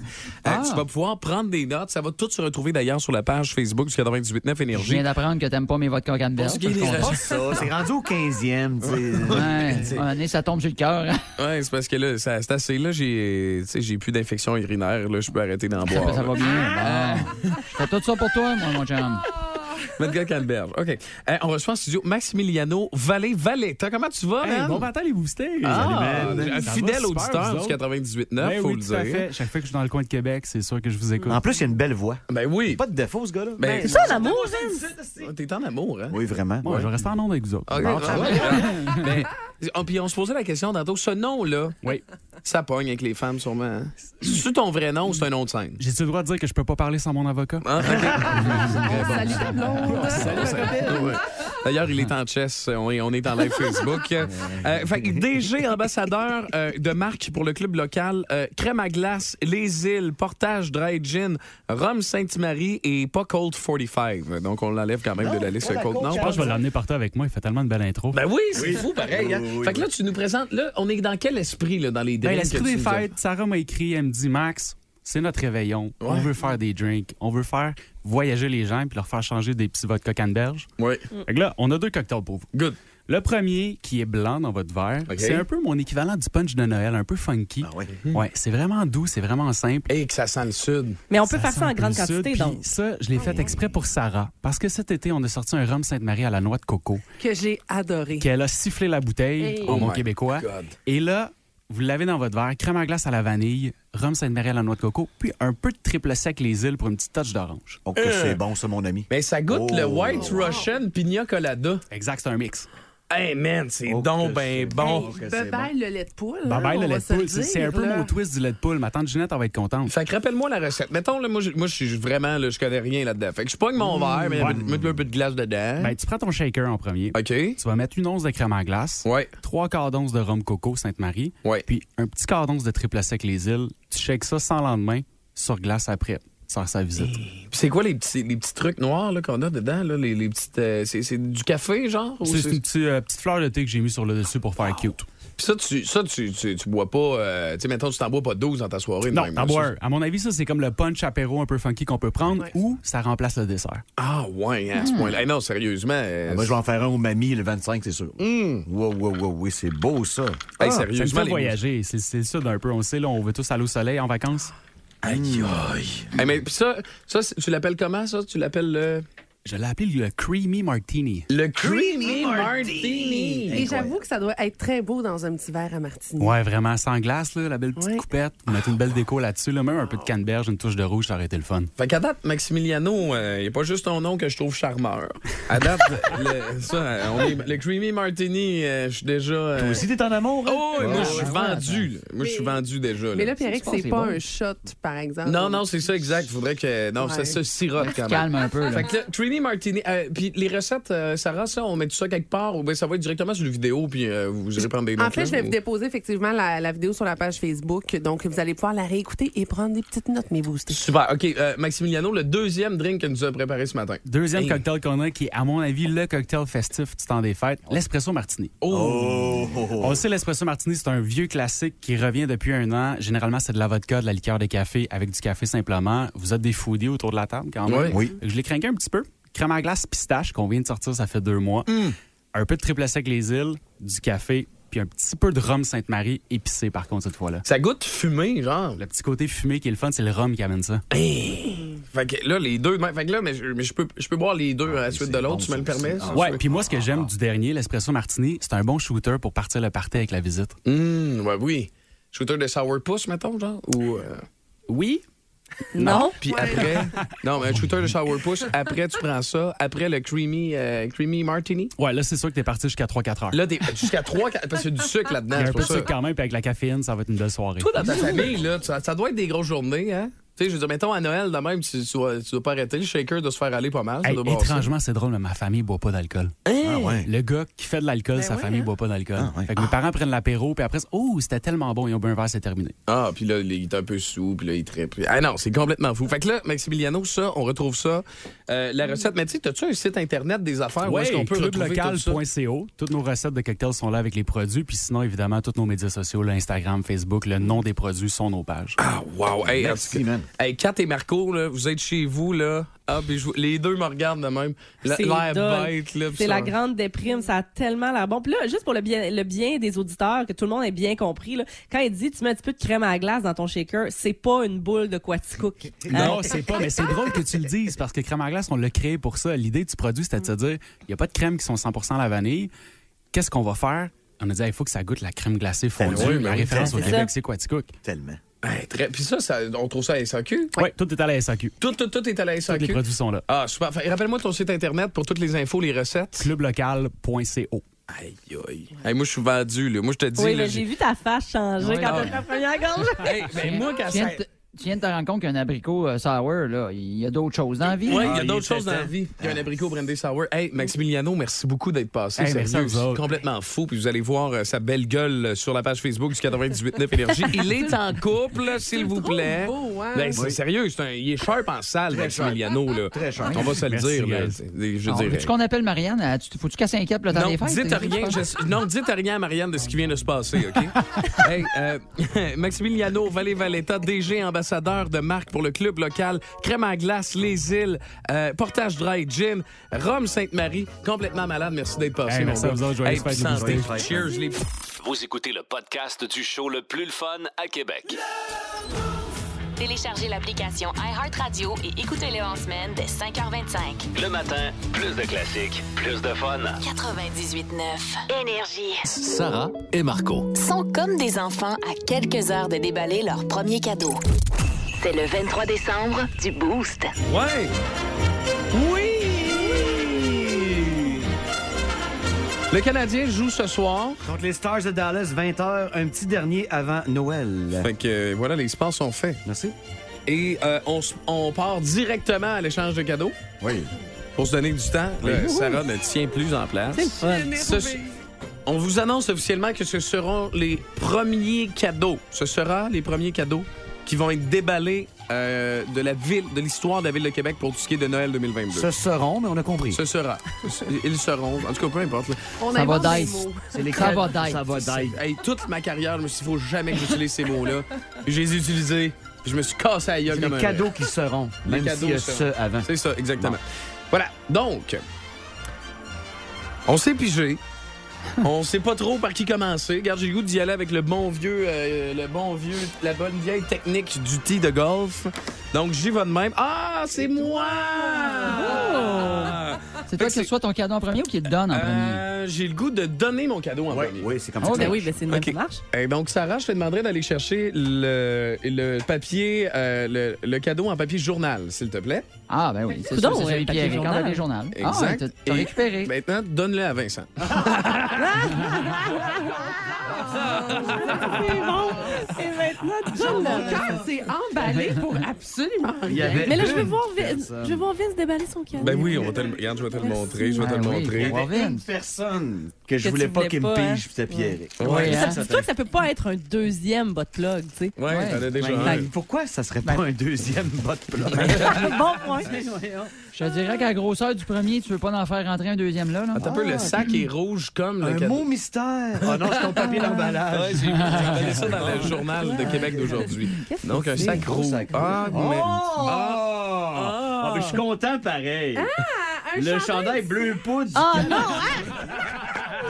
Ah.
tu vas pouvoir prendre des notes. Ça va tout se retrouver d'ailleurs sur la page Facebook du 98.9
Je
Énergie.
viens d'apprendre que t'aimes pas mes vodka
Pour
canneberges.
ce qui est
Je
des
comprends.
restes-
Ça, c'est rendu au 15e, tu sais.
Ouais, à un moment donné, ça tombe sur le cœur. hein.
Ouais, c'est parce que là, ça- c'est assez. Là, j'ai tu sais, j'ai plus d'infection urinaire. Là, je peux arrêter d'en boire.
Ça va bien. Ben, je fais tout ça pour toi, moi, mon chum.
Vodka canneberge. OK. Euh, on reçoit en studio Maximiliano Vallée. Valletta, comment tu vas, man?
bon matin, les boostés!
Ah,
Salut, man.
un
Ça
fidèle
va super, vous
auditeur
autres?
du 98.9,
Ben
faut
oui,
le
tout à
dire.
fait. Chaque fois que je suis dans le coin de Québec, c'est sûr que je vous écoute.
En plus, il y a une belle voix.
Ben oui.
Pas de défaut, ce gars-là.
Ben,
C'est ça, l'amour, Vince?
T'es en amour, hein?
Oui, vraiment.
Ouais, je vais rester en ondes avec vous autres.
OK, bravo. Ah
ah
Ben, on- puis on se posait la question tantôt, ce nom-là,
Oui.
ça pogne avec les femmes sûrement. hein? C'est ton vrai nom ou c'est un nom de scène?
J'ai-tu le droit de dire que je peux pas parler sans mon avocat?
Hein? OK. Ah,
Salut, ta blonde.
Ouais. D'ailleurs, il est en chess. On est, on est en live Facebook. Euh, euh, fait que DG, ambassadeur euh, de marque pour le club local, euh, crème à glace, les îles, portage dry gin, rhum Sainte-Marie et pas Cold 45. Donc, on l'enlève quand même de Oh, la liste Cold. Non,
Je pense que je vais l'emmener partout avec moi. Il fait tellement de belles intros.
Ben oui, c'est fou pareil. hein? fait que là, tu nous présentes. Là, on est dans quel esprit là, dans les
Ben,
drinks
l'esprit
que tu
des
nous as-
fêtes, Sarah m'a écrit, elle me dit Max, c'est notre réveillon. On veut faire des drinks. On veut faire voyager les gens puis leur faire changer des petits vodka canneberge.
Oui.
Fait que là, on a deux cocktails pour vous.
Mm. Good.
Le premier, qui est blanc dans votre verre,
OK. Ah
c'est un peu mon équivalent du punch de Noël, un peu funky.
oui.
Mhm.
Ouais, c'est vraiment doux, c'est vraiment simple.
Et que ça sent le sud.
Mais on peut
Ça
faire
sent
ça en grande
plus ça,
quantité,
puis
donc.
Ça, je l'ai fait
Oh.
exprès pour Sarah. Parce que cet été, on a sorti un rhum Sainte-Marie à la noix de coco,
Que j'ai adoré.
qu'elle a sifflé la bouteille
Hey.
en
Oh
bon
my
québécois.
God.
Et là, vous l'avez dans votre verre, crème à glace à la vanille, rhum Sainte-Marie à la noix de coco, puis un peu de triple sec les îles pour une petite touche d'orange.
Oh, que c'est bon, ça, mon ami.
Mais Euh. Ben, ça goûte
Oh.
le White Russian Pina Colada.
Exact, c'est un mix.
Hey man, c'est donc ben bon.
Bye-bye le lait de poule.
Bye bye
hein,
le lait
on va
de
se le
poule. C'est- C'est un
dire,
peu
là.
mon twist du lait de poule. Ma tante Ginette, elle va être contente.
Fait que rappelle-moi la recette. Mettons, là, moi, je- moi, je suis vraiment, là, je connais rien là-dedans. Fait que je pogne
Mmh.
mon verre, mais
Ouais.
mets un peu de glace dedans.
Ben, tu prends ton shaker en premier.
OK.
Tu vas mettre une once de crème à glace,
Ouais.
trois quarts d'once de rhum coco Sainte-Marie,
Ouais.
puis un petit quart d'once de triple sec les îles. Tu shakes ça sans lendemain, sur glace après. Ça sa visite.
Puis c'est quoi les petits, les petits trucs noirs là, qu'on a dedans? Là, les, les petites, euh, c'est, c'est du café, genre? Ou
C'est
c'est-
une petite, euh, petite fleur de thé que j'ai mis sur le dessus pour faire cute.
Puis ça, tu, ça tu, tu, tu bois pas. euh, tu sais, mettons, tu t'en bois pas 12 dans ta soirée. de
Non,
même,
t'en
là,
bois
ça.
un. À mon avis, ça, c'est comme le punch apéro un peu funky qu'on peut prendre ou ça remplace le dessert.
Ah, ouais, à ce point-là. Hey, non, sérieusement. euh,
Ah, Moi, je vais en faire un au mamie le 25, c'est sûr. Wow, wow, wow, oui, c'est beau, ça.
hey,
Ah, Ça me
Mm. sérieusement,
fait
les-
voyager. C'est- C'est ça d'un peu. On sait, là, on veut tous aller au soleil en vacances.
Eh, Aïe, aïe. Hey, mais puis ça, ça c'est- tu l'appelles comment, ça? Tu l'appelles le.
Je l'ai appelé le Creamy Martini.
Le Creamy Martini.
Et j'avoue que ça doit être très beau dans un petit verre à martini.
Ouais, vraiment, sans glace, là, la belle petite
Ouais.
coupette. Mettre une belle déco là-dessus, là, même un peu de canneberge, une touche de rouge, ça aurait été le fun.
Fait qu'à date, Maximiliano, euh, il n'y a pas juste ton nom que je trouve charmeur. À date, le, ça, euh, on est- le Creamy Martini, euh, je suis déjà. euh,
Toi aussi, t'es en amour? hein?
Oh, oui, moi, je suis
Ah, ouais,
vendu. là. Moi, je suis vendu déjà. là.
Mais là, Pierre, c'est pas un shot, par exemple.
Non, non, c'est ça, exact. Faudrait que. Non,
Ouais.
ça se sirote quand même.
Calme un peu. Là.
Fait que là, Trini Martini. euh, puis les recettes, euh, Sarah, ça, on met tout ça quelque part ou bien ça va être directement sur le vidéo, puis euh, vous irez prendre des notes.
En fait,
là,
je vais vous
ou-
déposer effectivement la, la vidéo sur la page Facebook. Donc, vous allez pouvoir la réécouter et prendre des petites notes, mes boostés.
Super. OK. euh, Maximiliano, le deuxième drink que nous a préparé ce matin.
Deuxième
Hey.
cocktail qu'on a, qui est, à mon avis, le cocktail festif du temps des fêtes, l'espresso martini.
Oh!
On le sait, l'espresso martini, c'est un vieux classique qui revient depuis un an. Généralement, c'est de la vodka, de la liqueur de café avec du café simplement. Vous êtes des foodies autour de la table quand même.
Oui.
Je l'ai craqué un petit peu. Crème à glace pistache qu'on vient de sortir, ça fait deux mois. Un peu de triple sec les îles, du café, puis un petit peu de rhum Sainte-Marie épicé par contre cette fois-là.
Ça goûte fumé, genre.
Le petit côté fumé qui est le fun, c'est le rhum qui amène ça.
Fait que là, les deux. ben, Fait que là, mais je, mais je peux, je peux boire les deux à la suite de l'autre, tu me le permets? ça?
Ouais, puis moi, ce que j'aime du dernier, l'espresso martini, c'est un bon shooter pour partir le party avec la visite.
Hum, ouais, oui. Shooter de sourpuss, mettons, genre? Ou. euh,
Oui?
Non?
Puis après. Non, mais un shooter de sourpuss, après, tu prends ça. Après, le creamy, euh, creamy martini.
Ouais, là, c'est sûr que t'es parti jusqu'à 3-4 heures.
Là, t'es jusqu'à 3, parce que c'est du sucre là-dedans,
Il y a
c'est
un peu
pour
de
ça.
sucre quand même, puis avec la caféine, ça va être une belle soirée.
Toi, dans ta famille, là, ça, ça doit être des grosses journées, hein? Tu sais, je veux dire, mettons, à Noël, de même, tu, tu, dois, tu dois pas arrêter le shaker de se faire aller pas mal. ça
Hey,
doit brasser.
étrangement, c'est drôle, mais ma famille boit pas d'alcool.
Ah ouais.
Le gars qui fait de l'alcool, sa
ouais,
famille
hein?
boit pas d'alcool.
Ah ouais.
Fait que mes parents prennent l'apéro, puis après, c'est, oh, c'était tellement bon, ils ont bu un verre, c'est terminé.
Ah, puis là, il est un peu sous, puis là, il tripe. Ah non, c'est complètement fou. Fait que là, Maximiliano, ça, on retrouve ça. Euh, la recette, mais tu sais, t'as-tu un site internet des affaires où est-ce qu'on peut retrouver tout ça?
clublocal.co. Toutes nos recettes de cocktails sont là avec les produits, puis sinon, évidemment, tous nos médias sociaux, là, Instagram, Facebook, le nom des produits sont nos pages.
Ah, wow. Hey,
Merci,
en tout cas-
man.
hey, Kat et Marco, là, vous êtes chez vous, là. Ah, puis je vous- les deux me regardent de même. La-
C'est
L'air
dole.
bête, là. puis
C'est
ça-
la grande déprime, ça a tellement l'air bon. Puis là, juste pour le bien, le bien des auditeurs, que tout le monde ait bien compris, là, quand il dit tu mets un petit peu de crème à glace dans ton shaker, c'est pas une boule de Hein? Quaticook.
Non, c'est pas, mais c'est drôle que tu le dises parce que crème à glace, on l'a créé pour ça. L'idée du produit, c'était de se dire il n'y a pas de crème qui sont 100 la vanille. Qu'est-ce qu'on va faire On a dit Ah, il faut que ça goûte la crème glacée fondue.
Ben oui, ben
la
oui,
référence au
c'est
Québec,
ça.
c'est Quaticook.
Tellement.
Hey, ben, très- Puis ça, ça, on trouve ça à SAQ.
Oui, tout est à la SAQ.
Tout, tout, tout est à la
Tous les
SAQ.
produits sont là.
Ah, super. Fait, Rappelle-moi ton site Internet pour toutes les infos, les recettes.
Clublocal.co.
Aïe, aïe. Hey, moi, je suis vendu, là. Moi, je te dis.
Oui,
là,
là, j'ai vu ta face changer
Oui.
quand
Ah.
t'as pris la première gorge.
Hey, ben, moi, quand
tu, viens
ça.
de te- tu viens de te rendre compte qu'un abricot euh, sour, là, il y a d'autres choses dans la vie.
Oui, il y
Ah,
a
il
d'autres
était
choses dans la
temps.
vie qu'un abricot brandy sour. Hey, Maximiliano, merci beaucoup d'être passé.
Hey,
sérieux,
merci à vous
c'est
autres.
complètement fou. Puis vous allez voir euh, sa belle gueule euh, sur la page Facebook du 98.9 Énergie. Il est en couple, s'il vous plaît.
beau, hein?
Ben, c'est sérieux, c'est un- il est sharp en salle, Maximiliano. Là.
Très cher.
On va se le
Merci,
dire. Là.
guys.
C'est- Je
On
dirais.
veut-tu qu'on appelle Marianne? Ah, tu- Faut-tu casser un cap le temps
Non,
des fêtes?
dites
C'est-
rien, je- non, dites rien à Marianne de ce qui vient de se passer, OK? hey, euh, Maximiliano Valle Valletta, DG ambassadeur de marque pour le club local, crème à glace, les îles, euh, portage dry gin, Rome Sainte-Marie, complètement malade. Merci d'être passé.
Hey,
mon
merci à
gars.
vous autres, joyeuses
puis
fêtes, les
santé.
boosters.
Cheers, les petits.
Vous écoutez le podcast du show le plus le fun à Québec.
Téléchargez l'application iHeartRadio et écoutez-le en semaine dès 5h25.
Le matin, plus de classiques, plus de fun.
98.9 Énergie.
Sarah et Marco.
Sont comme des enfants à quelques heures de déballer leur premier cadeau. C'est le 23 décembre du Boost.
Ouais! Oui! Le Canadien joue ce soir.
Contre les Stars de Dallas, 20h, un petit dernier avant Noël.
Fait que euh, voilà, les sports sont faits.
Merci.
Et euh, on, s- on part directement à l'échange de cadeaux.
Oui.
Pour se donner du temps, là, Sarah ne tient plus en place. Ce- on vous annonce officiellement que ce seront les premiers cadeaux. Ce sera les premiers cadeaux qui vont être déballés euh, de la ville, de l'histoire de la ville de Québec pour tout ce qui est de Noël 2022.
Ce seront, mais on a compris.
Ce sera. Ce- Ils seront. En tout cas, peu importe. là.
On
Ça va
invente des
dice.
mots.
C'est les
Ça va d'être.
Ça va d'être.
Hey, toute ma carrière, je me suis dit, faut jamais que j'utilise ces mots-là. Je les ai utilisés. puis Je me suis cassé la gueule
C'est
comme
les
un-
cadeaux qui seront,
Les
même
cadeaux
s'il y a
seront.
ce avant.
C'est ça, exactement. Voilà. Donc, on s'est pigé. on sait pas trop par qui commencer. Regarde, j'ai le goût d'y aller avec le bon vieux, euh, le bon vieux, la bonne vieille technique du tee de golf. Donc, j'y vais de même. Ah, c'est moi!
C'est toi qui reçois ton cadeau en premier ou qui le donne en premier?
Euh, J'ai le goût de donner mon cadeau en premier.
Oui, c'est
comme ça que ça marche.
OK. Eh, donc, Sarah, je te demanderais d'aller chercher le, le papier, euh, le, le cadeau en papier journal, s'il te plaît.
Ah, ben oui, c'est
Coudon,
sûr, c'est
ouais,
celui qui
papier
est quand
journal.
les journaux. Ah, ouais,
Exact.
t'as- t'as
Et ben-
récupéré.
Maintenant, donne-le à Vincent.
C'est bon. Et maintenant, John, mon cœur s'est emballé pour absolument
Il y avait
Mais là, je veux
une
voir, Vin-
personne.
je veux voir Vince déballer son cadeau.
Ben oui, on va te le, regarde, je vais te le montrer, je vais te le
Ah oui,
montrer.
il y avait une personne que je
Que
voulais
tu
pas
voulais
qu'il me
pas, hein.
pige, puis c'était Pierrick.
Ouais. Ouais,
Ça, c'est sûr que ça peut pas être un deuxième bot plug, tu sais.
Ouais, t'en as déjà
Ben,
un.
ben, Pourquoi ça serait pas un deuxième bot plat?
bon point.
Je te dirais qu'à la grosseur du premier, tu veux pas en faire rentrer un deuxième là. là.
Attends un
Ah,
peu, le sac
hmm.
est rouge comme le
Un
cadeau.
mot
mystère. Ah non, c'est ton papier d'emballage.
Ouais, j'ai entendu ça dans
Ah.
le journal de Québec d'aujourd'hui. Donc, un sac rouge. Ah, mais...
Oh! Ah! Ah, mais je suis content pareil.
Ah,
le chandail bleu poudre.
Ah,
Oh non, hein?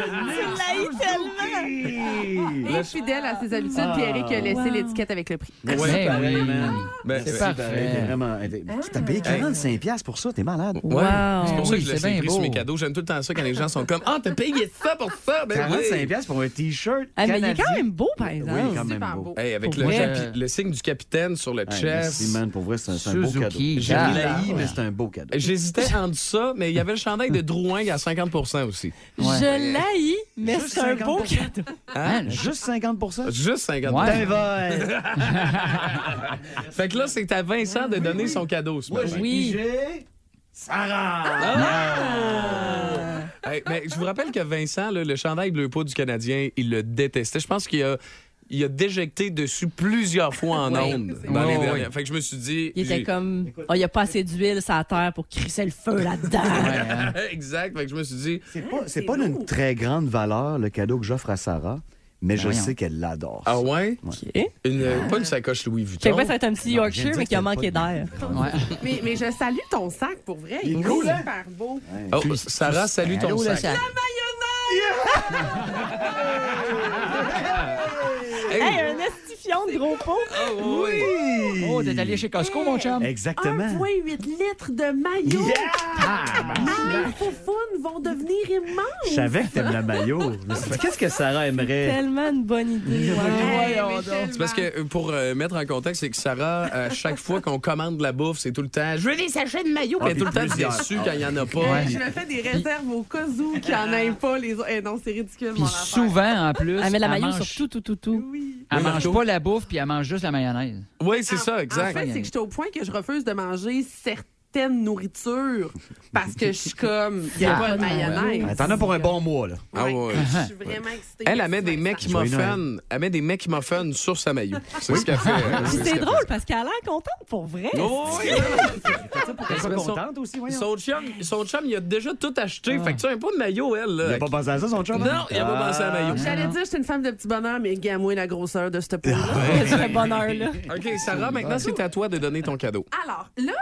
Tu l'as eu tellement! Infidèle à ses habitudes,
Ah.
Pierrick a laissé l'étiquette avec le prix.
Merci
Ouais.
pareil,
Ben oui.
man.
Ben,
Merci
c'est
pareil,
parfait.
t'es vraiment... t'es-
Ah.
T'as payé 45$ piastres pour ça, t'es malade.
Ouais. C'est pour ça que
Oui,
je laisse
c'est
les
bien
prix sur
beau.
mes cadeaux. J'aime tout le temps ça quand les gens sont comme Ah, t'as payé ça pour ça? Ben
45$
oui.
piastres pour un t-shirt.
Ah, mais il est
canadien.
quand même beau, par exemple.
Oui, quand même beau.
Hey, avec
Pour
le,
vrai,
capi- le signe du capitaine sur le chest.
merci, man. Pour vrai, c'est un- c'est un beau cadeau.
Suzuki,
J'ai
Jacques.
l'haï, mais c'est un beau cadeau.
J'hésitais entre ça, mais il y avait le chandail de Drouin à 50 aussi.
Je l'haïs, mais
Juste
c'est un beau
50%.
cadeau.
Hein?
Juste 50%?
Juste 50
T'es vrai.
Fait que là, c'est à Vincent de donner son cadeau ce
Moi,
matin.
j'ai pigé. Sarah!
Hey, mais je vous rappelle que Vincent, là, le chandail bleu pot du Canadien, il le détestait. Je pense qu'il a, il a déjecté dessus plusieurs fois en
Oui,
ondes
c'est
dans
vrai.
les
Oui,
dernières. Fait que je me suis dit.
Il était
j'ai-
comme, oh, il n'y a pas assez d'huile sur la terre pour crisser le feu là-dedans.
exact. Fait que je me suis dit.
C'est pas, c'est pas d'une très grande valeur, le cadeau que j'offre à Sarah, mais je
Voyons.
sais qu'elle l'adore.
Ah ouais?
OK.
Une, euh, Pas une sacoche Louis
Fait
Vuitton.
que ça va être un petit Yorkshire,
dit
mais qui
qu'il y
a
a
manqué
pas
d'air.
Mais, mais je salue ton sac pour vrai. Il est
cool, hein?
super beau.
Oh, Sarah, salue ton
Allô, le
sac.
sac.
Hey!
Hey, un estifiant de gros pot.
Oh, oui.
Oh, t'es allé chez Costco, mon chum?
Exactement.
1,8 litres de maillot. Mes foufounes vont devenir
Je
immenses.
savais que t'aimes le maillot. Je me suis dit, Qu'est-ce que Sarah aimerait?
Tellement une bonne idée. ouais.
Hey,
Voyons
mais
donc.
tellement.
C'est parce que euh, pour euh, mettre en contexte, c'est que Sarah, à chaque fois qu'on commande de la bouffe, c'est tout le temps. Je veux des sachets de maillot. Elle est tout le temps
Ah, plusieurs.
déçue quand il n'y en a pas.
Ouais.
Je me fais des réserves au cas où qu'il n'y en ait pas les autres. Eh non, c'est ridicule,
Puis
mon affaire.
souvent, en plus,
Elle met Ah, la maillot
mange,
sur tout, tout, tout, tout.
elle mange pas la bouffe, puis elle mange juste la mayonnaise.
Oui, c'est
En-
ça,
En
exact.
fait, c'est que j'étais au point que je refuse de manger certaines nourritures parce que je suis comme, il n'y a
Ah,
pas de
ouais.
mayonnaise.
Ah, T'en as pour un bon mois, là.
Ah
Ouais.
ouais.
Je suis vraiment excitée.
Elle, elle met des
mecs
Joyeux
McMuffins. Elle met des McMuffins sur sa maillot. C'est ce qu'elle fait. hein.
Puis
ce
Ah, c'est
qu'elle
drôle parce qu'elle a l'air contente pour vrai.
fait. Oh, oui.
T'es pas
Mais son-
contente aussi, voyons?
Son chum, son chum, il a déjà tout acheté. Fait que tu as un pot de maillot, elle.
Il
Là.
a pas pensé à ça, son chum? hein? Ah.
Non, il a pas pensé à maillot.
J'allais dire, je suis une femme de petit bonheur, mais gamouille la grosseur de ce point-là.
Ce bonheur-là.
OK, Sarah, maintenant, c'est à toi de donner ton cadeau.
Alors, là,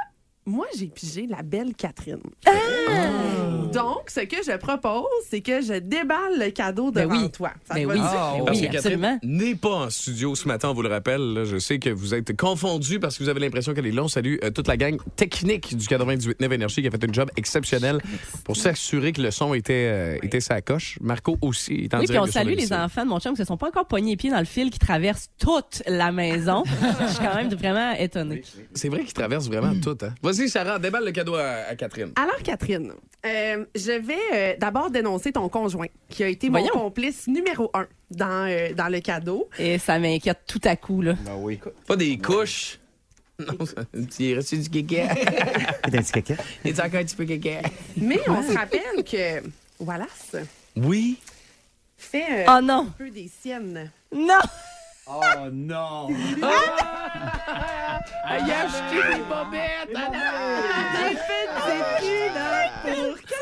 moi, j'ai pigé la belle Catherine.
Ah!
Donc, ce que je propose, c'est que je déballe le cadeau
Ben
devant
oui.
toi. Ça
Ben
te va
oui.
dire?
Ah,
Parce
oui,
que Catherine
absolument.
n'est pas en studio ce matin, on vous le rappelle. là. Je sais que vous êtes confondus parce que vous avez l'impression qu'elle est là. On salue euh, toute la gang technique du 98.9 Énergie qui a fait un job exceptionnel pour s'assurer que le son était, euh, était sa coche. Marco aussi est en
Oui, puis
direct
on
de son
salue les
domicile.
enfants de mon chum qui se sont pas encore pognés les pieds dans le fil qui traverse toute la maison. Je suis quand même vraiment étonnée.
C'est vrai qu'ils traversent vraiment tout. Hein. Vas-y, Sarah, déballe le cadeau à, à Catherine.
Alors, Catherine, euh, je vais euh, d'abord dénoncer ton conjoint, qui a été
Voyons.
mon complice numéro un dans, euh, dans le cadeau.
Et ça m'inquiète tout à coup, là.
Ben oui.
Pas des couches. Non, ça- il est reçu du caca.
T'es un petit caca.
Il est encore un petit peu caca.
Mais on se rappelle que Wallace
Oui.
fait euh,
Oh non!
un peu des siennes.
Non!
Oh non!
Il a acheté des bobettes.
Ah,
J'ai fait des culs, là, pour quatre.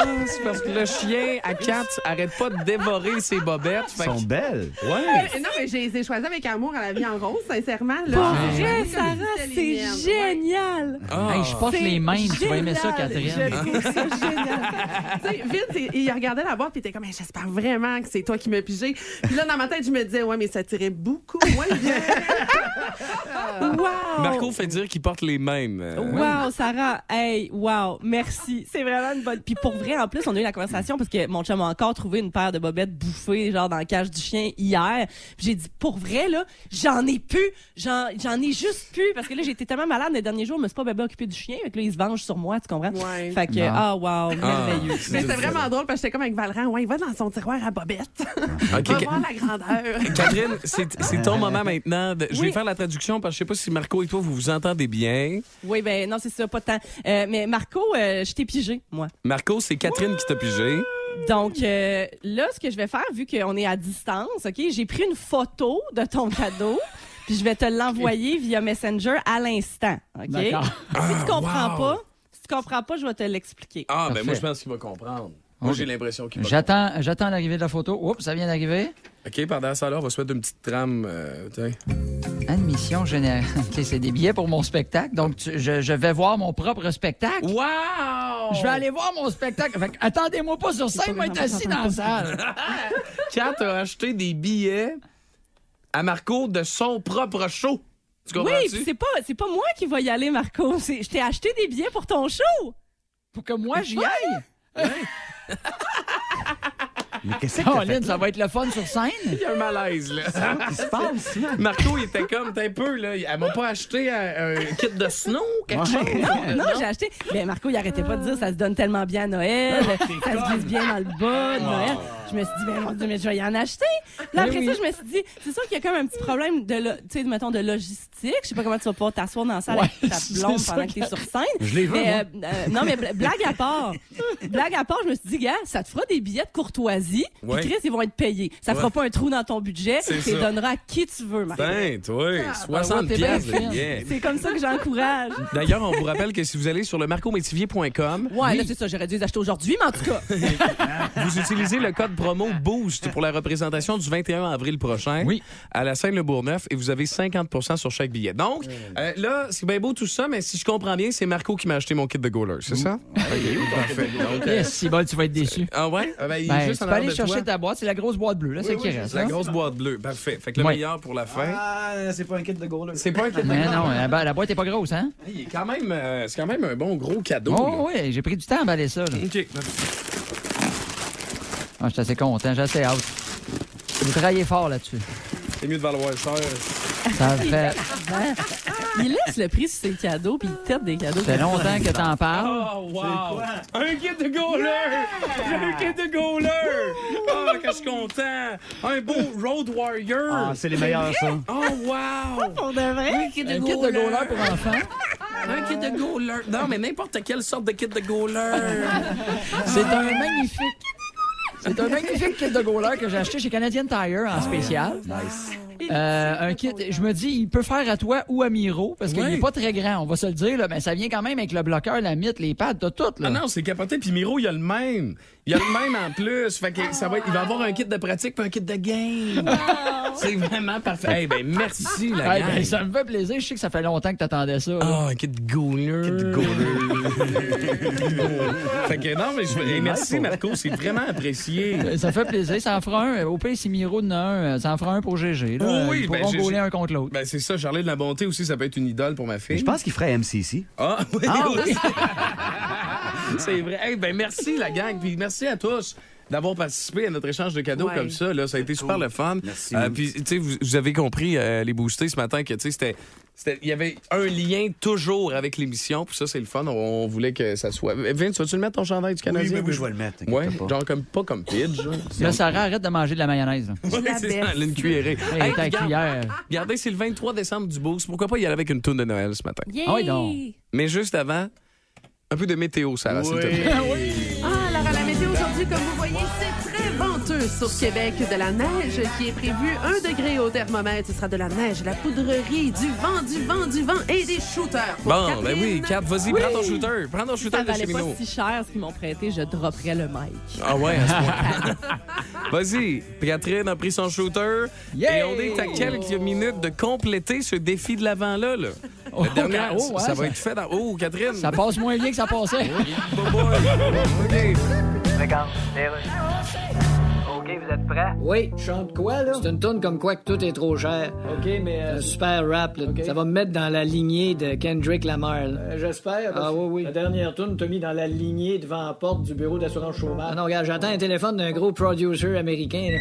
C'est parce que le chien à 4 arrête pas de dévorer ses bobettes.
Elles
Fait que- Ah,
sont belles.
Ouais.
Non, mais j'ai choisi avec amour à la vie en rose, sincèrement. Là,
Pour vrai, Sarah,
C'était
c'est génial!
Ah. Hey, je porte
C'est
les mêmes, tu vas aimer ça,
génial.
Catherine.
Je trouve ça
Tu sais, Vince, il- il regardait la boîte, puis il était comme, Hey, j'espère vraiment que c'est toi qui m'as pigé. Puis là, dans ma tête, je me disais, ouais, mais ça tirait beaucoup moins bien. wow!
Marco fait dire qu'il porte les mêmes. euh,
Wow, Sarah, hey, wow, merci. C'est vraiment une bonne. Puis pour vrai, en plus, on a eu la conversation parce que mon chum a encore trouvé une paire de bobettes bouffées, genre dans le cage du chien hier. Puis j'ai dit, pour vrai, là, j'en ai plus. J'en j'en ai juste plus. Parce que là, j'étais tellement malade les derniers jours, je me suis pas bien occupée du chien. Fait que là, il se venge sur moi, tu comprends?
Ouais.
Fait que,
Non.
ah, wow, merveilleux.
Mais c'était vraiment drôle parce que j'étais comme avec Valran, ouais, il va dans son tiroir à bobette.
Ok, Ca-
va voir la grandeur.
Catherine, c'est c'est ton moment maintenant. de- Je vais
Oui.
faire la traduction parce que je sais pas si Marco et toi, vous vous entendez bien.
Oui, ben non, c'est ça, pas tant. Euh, mais Marco, euh, je t'ai pigé, moi.
Marco, c'est Catherine qui t'a pigé.
Donc euh, là, ce que je vais faire, vu qu'on est à distance, ok, j'ai pris une photo de ton cadeau. Puis je vais te l'envoyer via Messenger à l'instant. ok?
D'accord.
Si tu comprends
Ah, wow.
pas, si tu comprends pas, je vais te l'expliquer.
Ah, ben
Parfait.
moi, je pense qu'il va comprendre. Moi,
Ok.
j'ai l'impression qu'il va
J'attends, j'attends l'arrivée de la photo. Oups, ça vient d'arriver.
OK, pendant ça, là, on va se mettre une petite trame. euh, tiens.
Admission générale. OK, c'est des billets pour mon spectacle. Donc, tu- je, je vais voir mon propre spectacle.
Wow!
Je vais aller voir mon spectacle. Fait que attendez-moi pas sur scène, moi, être assis dans la salle.
Kat a acheté des billets à Marco de son propre show. Tu
Oui,
comprends-tu?
puis c'est pas, c'est pas moi qui va y aller, Marco. C'est- Je t'ai acheté des billets pour ton show.
Pour que moi, j'y aille.
Mais qu'est-ce que t'as fait
Caroline, ça va être le fun sur scène.
Il y a un malaise, là.
qui se passe, là?
Marco, il était comme, t'es un peu, là. Elle m'a pas acheté un, un kit de snow, quelque chose.
Non, non, j'ai acheté. Mais Marco, il arrêtait pas de dire ça se donne tellement bien à Noël, ça se glisse bien dans le bas de Noël. Je me suis dit, ben mon Dieu, mais je vais y en acheter. Là, après ça, je me suis dit, c'est sûr qu'il y a quand même un petit problème de, lo- tu sais, mettons, de logistique. Je sais pas comment tu vas pouvoir t'asseoir dans la salle avec ta
c'est
blonde
ça
pendant que
que-
t'es sur scène.
Je les veux,
Mais,
moi.
euh, euh, non, mais bl- blague à part. Blague à part, je me suis dit, gars, ça te fera des billets de courtoisie. Puis
Ouais.
Chris, ils vont être payés. Ça fera
Ouais.
pas un trou dans ton budget.
C'est
Tu
ça.
les donneras à qui tu veux, Marco.
Ben, toi, 60
t'es bien
piastres,
fine.
yeah.
C'est comme ça que j'encourage.
D'ailleurs, on vous rappelle que si vous allez sur le marcométivier.com,
Ouais, là, c'est ça, j'aurais dû les acheter aujourd'hui, mais en tout cas.
Vous utilisez le code promo BOOST pour la représentation du 21 avril prochain
Oui.
à la Seine-le-Bourgneuf et vous avez 50 sur chaque billet. Donc, euh, là, c'est bien beau tout ça, mais si je comprends bien, c'est Marco qui m'a acheté mon kit de goaler, c'est ça? OK, parfait. Donc, euh,
Yes, si bon, Eh, tu vas être déçu.
ah ouais? Ah ben, il est
Ben, tu
juste en
peux
arrière
aller
de toi.
chercher ta boîte. C'est la grosse boîte bleue, là,
Oui,
c'est
oui,
qui
c'est
reste.
La
là.
grosse boîte bleue, parfait. Fait que le
Ouais.
meilleur pour la fin.
Ah, c'est pas un kit de goaler.
C'est pas un kit de
Mais
goaler.
non, la, ba- la boîte est pas grosse, hein?
Ah, Il est quand même, euh, c'est quand même un bon gros cadeau.
Oh, oui, j'ai pris du temps à emballer ça. là.
là. OK.
Ah, je suis assez content, j'ai assez hâte. Vous travaillez fort là-dessus.
C'est mieux de valoir cher.
Ça fait,
Il laisse le prix sur ses cadeaux, puis il tête des cadeaux.
fait longtemps que t'en parles.
Oh, wow! Un kit de goaler! Un kit de goaler! Oh, que je suis content! Un beau Road Warrior!
Ah, c'est les meilleurs, ça.
Oh, wow!
Pour de vrai?
kit de
Un kit de goaler pour enfants.
Un kit de goaler! Non, mais n'importe quelle sorte de kit de goaler!
C'est un magnifique. C'est un magnifique kit de goaler que j'ai acheté chez Canadian Tire
Ah,
en spécial. Euh, un kit, je me dis, il peut faire à toi ou à Miro, parce qu'il
Ouais.
n'est pas très grand, on va se le dire, là, mais ça vient quand même avec le bloqueur, la mythe, les pattes, t'as tout. Là.
Ah non, c'est capoté, puis Miro, il a le même! Il a le même en plus! Fait que ça va être- il va avoir un kit de pratique puis un kit de game! C'est vraiment parfait! Eh ben, merci, la
Ouais,
gang!
ben, ça me fait plaisir, je sais que ça fait longtemps que t'attendais ça. là.
Ah, un kit de goaler. fait que non, mais je... eh, merci Marco, c'est vraiment apprécié.
Euh, Ça fait plaisir, ça en fera un. Au pire, si Miro en a un, euh, ça en fera un pour GG. là.
Oui, oui,
Ils
ben,
pourront
j'ai-
gauler
j'ai-
un contre l'autre.
Ben c'est ça, Charlie de la Bonté aussi, ça peut être une idole pour ma fille.
Je pense qu'il ferait MCC.
Ah oui, aussi. c'est vrai. Eh ben merci la gang, puis merci à tous d'avoir participé à notre échange de cadeaux
Ouais.
comme ça. Là. Ça a été super le fun.
Merci.
Euh, puis, tu sais, vous, vous avez compris, euh, les boostés, ce matin, que, tu sais, c'était... c'était- Il y avait un lien toujours avec l'émission, puis ça, c'est le fun. On, on voulait que ça soit. Vince, vas-tu le mettre ton chandail du Canadien?
oui, oui, je vais le mettre, t'inquiète
Ouais,
pas.
genre comme, pas comme Pidge. là.
Là, Sarah, arrête de manger de la mayonnaise. là.
Ouais,
la
c'est ça,
baisse.
une cuillerée.
Hey,
Hey,
ta
regarde,
cuillère.
regardez, c'est le 23 décembre du Beauce. Pourquoi pas y aller avec une toune de Noël ce matin?
Yeah!
Ah oui, donc.
Mais juste avant, un peu de météo, Sarah, s'il te plaît.
Ah, alors à la météo aujourd'hui, comme vous voyez, c'est très venteux sur Québec. De la neige qui est prévue, 1 degré au thermomètre. Ce sera de la neige, de la poudrerie, du vent, du vent, du vent et des shooters. pour
Bon, ben
Catherine.
oui, Cap, vas-y, prends ton shooter. Prends ton
Ça
shooter de
valait pas
cheminot.
si cher ce qu'ils m'ont prêté, je dropperais le mic.
Ah ouais, à ce point. Vas-y, Catherine a pris son shooter.
Yeah!
Et on est à quelques minutes de compléter ce défi de l'avant-là. Là.
Oh,
La dernière,
oh, ouais,
ça, va
ça-
être fait dans... Oh, Catherine!
Ça passe moins bien que ça passait.
OK, vous êtes prêts?
Oui, chante quoi, là? C'est une toune comme quoi que tout est trop cher. OK, mais... euh, un super rap, là. Ça va me mettre dans la lignée de Kendrick Lamar, là.
J'espère.
Ah oui, oui.
La
dernière tourne t'a mis dans la lignée devant la porte du bureau d'assurance chômage. Ah non, regarde, j'attends un téléphone d'un gros producer américain, là.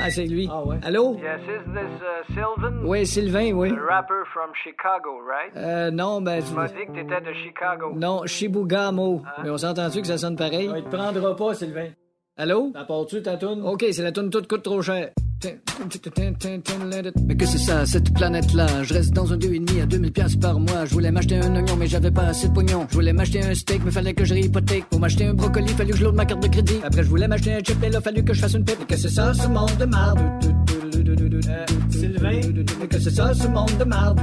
Ah, c'est lui. Ah ouais. Allô?
Yes, is this uh, Sylvan?
Oui, Sylvain, oui.
The rapper from Chicago, right?
Euh, non, ben...
Tu m'as dit que t'étais de Chicago. Hein?
Non, Shibugamo. Mais on s'entend-tu que ça sonne pareil? Il te prendra pas, Sylvain. Allô? T'apportes-tu ta toune? OK, c'est la toune toute coûte trop cher. Mais que c'est ça, cette planète-là? Je reste dans un 2,5 à 2000 piastres par mois. Je voulais m'acheter un oignon, mais j'avais pas assez de pognon. Je voulais m'acheter un steak, mais fallait que je réhypothèque. Pour m'acheter un brocoli, fallu que je load ma carte de crédit. Après, je voulais m'acheter un chip, mais là, fallu que je fasse une pipe. Mais que c'est ça, ce monde de marde? Euh, Sylvain? Mais que c'est ça, ce monde de marde?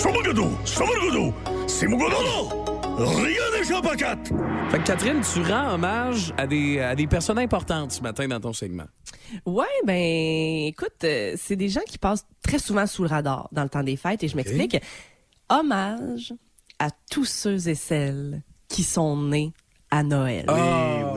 Somagodo, Somagodo, c'est mon gododo. Rien n'échappe à quatre.
Fait que Catherine, tu rends hommage à des, à des personnes importantes ce matin dans ton segment.
Ouais, ben écoute, euh, c'est des gens qui passent très souvent sous le radar dans le temps des fêtes et je m'explique. Hommage à tous ceux et celles qui sont nés à Noël.
Oh.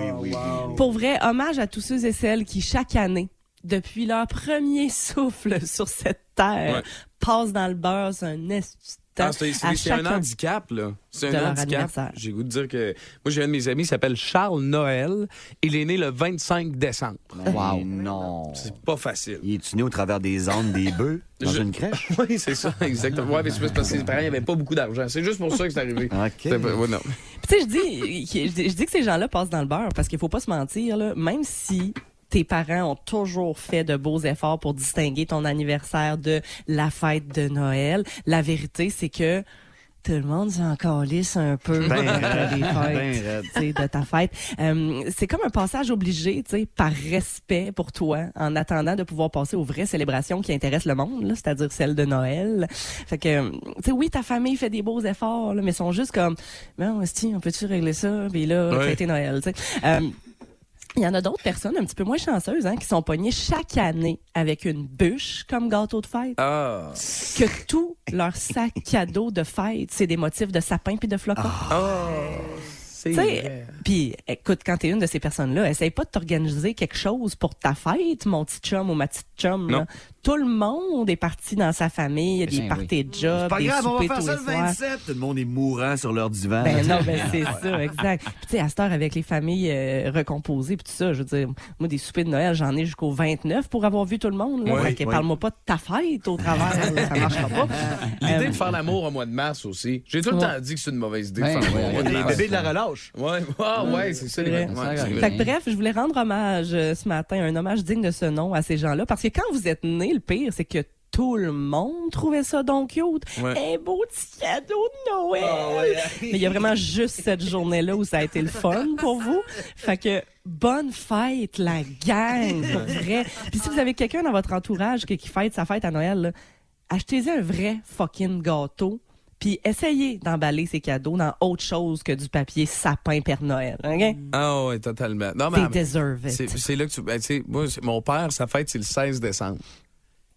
Pour vrai, hommage à tous ceux et celles qui chaque année, depuis leur premier souffle sur cette terre,
Ouais.
passent dans le beurre c'est un esti de temps
Ah, c'est c'est-
à
c'est un
chacun.
handicap, là. C'est
de leur
un handicap.
anniversaire.
J'ai goût de dire que. Moi, j'ai un de mes amis, il s'appelle Charles Noël. Il est né le 25 décembre.
Wow. Non.
C'est pas facile.
Il est né au travers des ondes des bœufs dans
Je-
une crèche?
Oui, c'est ça, exactement. Ouais, mais c'est parce que ses parents n'avaient pas beaucoup d'argent. C'est juste pour ça que c'est arrivé. C'est pas- ouais, non.
Puis Tu sais, je dis, je dis- je dis que ces gens-là passent dans le beurre parce qu'il faut pas se mentir, là, même si tes parents ont toujours fait de beaux efforts pour distinguer ton anniversaire de la fête de Noël, la vérité, c'est que tout le monde s'en calisse un peu
Ben
de ta-
euh,
raide,
des
ben raide.
fêtes, tu sais, de ta fête. Euh, c'est comme un passage obligé, tu sais, par respect pour toi, en attendant de pouvoir passer aux vraies célébrations qui intéressent le monde, là, c'est-à-dire celle de Noël. Fait que, tu sais, oui, ta famille fait des beaux efforts, là, mais sont juste comme, bon, si, on peut-tu régler ça, puis là,
Ouais.
fêter Noël, tu sais. Euh, il y en a d'autres personnes un petit peu moins chanceuses hein, qui sont pognées chaque année avec une bûche comme gâteau de fête.
Ah.
Que tout leur sac cadeau de fête, c'est des motifs de sapin puis de flocons.
Ah. C'est
Tu sais,
Euh.
Puis, écoute, quand t'es une de ces personnes-là, essaye pas de t'organiser quelque chose pour ta fête, mon petit chum ou ma petite chum.
Non.
là. Tout le monde est parti dans sa famille, il y a
Ben
des
oui.
parties de
C'est
job,
pas
des
grave, on va
soupers
faire
tous
ça
les
le
soirs.
27. Tout le monde est mourant sur leur divan.
Ben non, ben c'est ça, exact. Puis tu sais, à cette heure, avec les familles euh, recomposées, puis tout ça, je veux dire, moi, des soupers de Noël, j'en ai jusqu'au 29 pour avoir vu tout le monde. Là.
Oui,
Fait que
oui.
parle-moi pas de ta fête au travers, là, ça marchera pas.
L'idée de faire l'amour au mois de mars aussi. J'ai tout le temps dit que c'est une mauvaise idée de
Ben,
faire l'amour au
ouais,
mois de
les
mars.
bébés de la relâche.
Ouais, ah, ouais, c'est ça, les
Ben,
Vrai.
bébés. Ouais, c'est
Fait
vrai.
que bref, je voulais rendre hommage euh, ce matin, un hommage digne de ce nom à ces gens-là, parce que quand vous êtes nés, le pire, c'est que tout le monde trouvait ça donc cute.
Ouais.
Un beau petit cadeau de Noël! Mais il y a vraiment juste cette journée-là où ça a été le fun pour vous. Fait que bonne fête, la gang, pour vrai. Puis si vous avez quelqu'un dans votre entourage qui qui fête sa fête à Noël, là, achetez-y un vrai fucking gâteau. Puis essayez d'emballer ses cadeaux dans autre chose que du papier sapin Père Noël. ok?
Ah ouais, totalement. Non,
They deserve it.
C'est c'est là que tu. ben, tu sais, moi, c'est- mon père, sa fête, c'est le 16 décembre.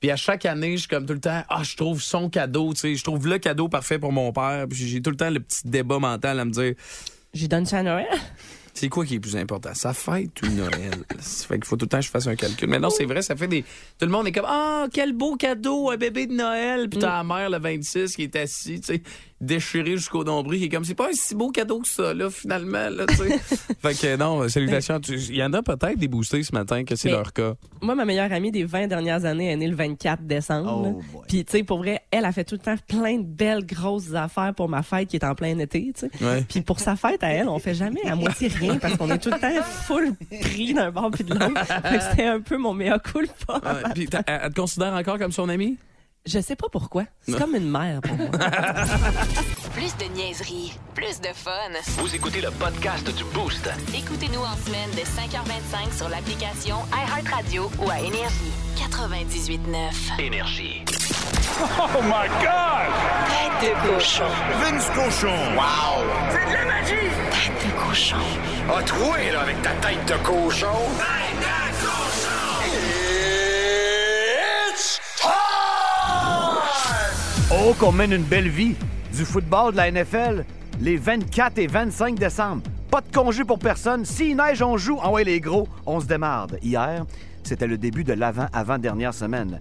Puis à chaque année, je suis comme tout le temps, ah, je trouve son cadeau, tu sais, je trouve le cadeau parfait pour mon père. Puis j'ai tout le temps le petit débat mental à me dire,
J'ai donné ça à Noël.
c'est quoi qui est plus important, sa fête ou Noël? Ça fait qu'il faut tout le temps que je fasse un calcul. Mais non, c'est vrai, ça fait des. Tout le monde est comme, ah, quel beau cadeau, un bébé de Noël. Puis ta mère, le 26, qui est assis, tu sais, déchiré jusqu'au nombril, qui est comme, c'est pas un si beau cadeau que ça, là, finalement, là, tu sais. fait que non, salutations. Tu- Il y en a peut-être des boostés ce matin que c'est
Mais-
leur cas.
Moi, ma meilleure amie des 20 dernières années est née le 24 décembre. Puis, tu sais, pour vrai, elle a fait tout le temps plein de belles grosses affaires pour ma fête qui est en plein été, tu sais.
Ouais.
Puis pour sa fête à elle, on fait jamais à moitié rien parce qu'on est tout le temps full pris d'un bord puis de l'autre. Fait que c'était un peu mon meilleur culpa.
Ouais, puis t'as- elle, elle te considère encore comme son amie?
Je sais pas pourquoi. C'est
Non.
comme une mère pour moi.
Plus de niaiserie, plus de fun.
Vous écoutez le podcast du Boost.
Écoutez-nous en semaine de 5h25 sur l'application iHeartRadio ou à Énergie. 98.9.
Énergie.
Oh my God! Tête de cochon.
Vince cochon. Wow. C'est de la magie. Tête de cochon. A troué, là, avec ta tête de cochon. Tête de cochon. It's time!
Oh, qu'on mène une belle vie. Du football, de la NFL, les 24 et 25 décembre. Pas de congé pour personne. S'il neige, on joue. Ah ouais, les gros, on se démarde. Hier, c'était le début de l'avant-avant-dernière semaine.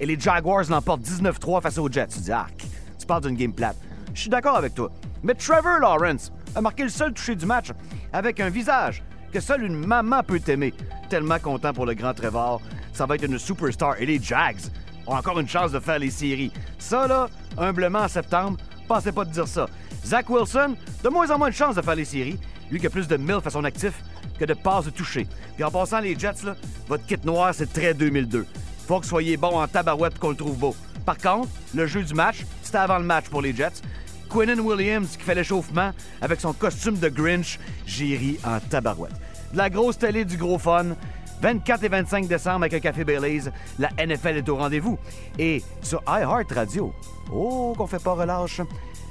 Et les Jaguars l'emportent 19-3 face aux Jets. Tu dis, arc, tu parles d'une game plate. Je suis d'accord avec toi. Mais Trevor Lawrence a marqué le seul toucher du match avec un visage que seule une maman peut aimer. Tellement content pour le grand Trevor. Ça va être une superstar. Et les Jags ont encore une chance de faire les séries. Ça, là, humblement, en septembre, pensez pas de dire ça. Zach Wilson, de moins en moins de chance de faire les séries. Lui qui a plus de MILF à son actif que de passes de toucher. Puis en passant, les Jets, là, votre kit noir, c'est très 2002. Faut que soyez bon en tabarouette qu'on le trouve beau. Par contre, le jeu du match, c'était avant le match pour les Jets. Quinnen Williams qui fait l'échauffement avec son costume de Grinch, j'ai ri en tabarouette. De la grosse télé, du gros fun. 24 et 25 décembre avec un café Baileys, la NFL est au rendez-vous. Et sur iHeart Radio, oh, qu'on fait pas relâche,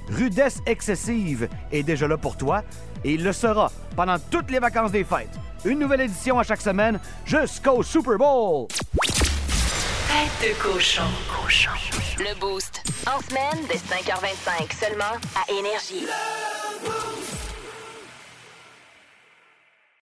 Rudesse excessive est déjà là pour toi et il le sera pendant toutes les vacances des fêtes. Une nouvelle édition à chaque semaine jusqu'au Super Bowl.
Tête de cochon. cochon. Le Boost. En semaine, dès 5h25, seulement à Énergie.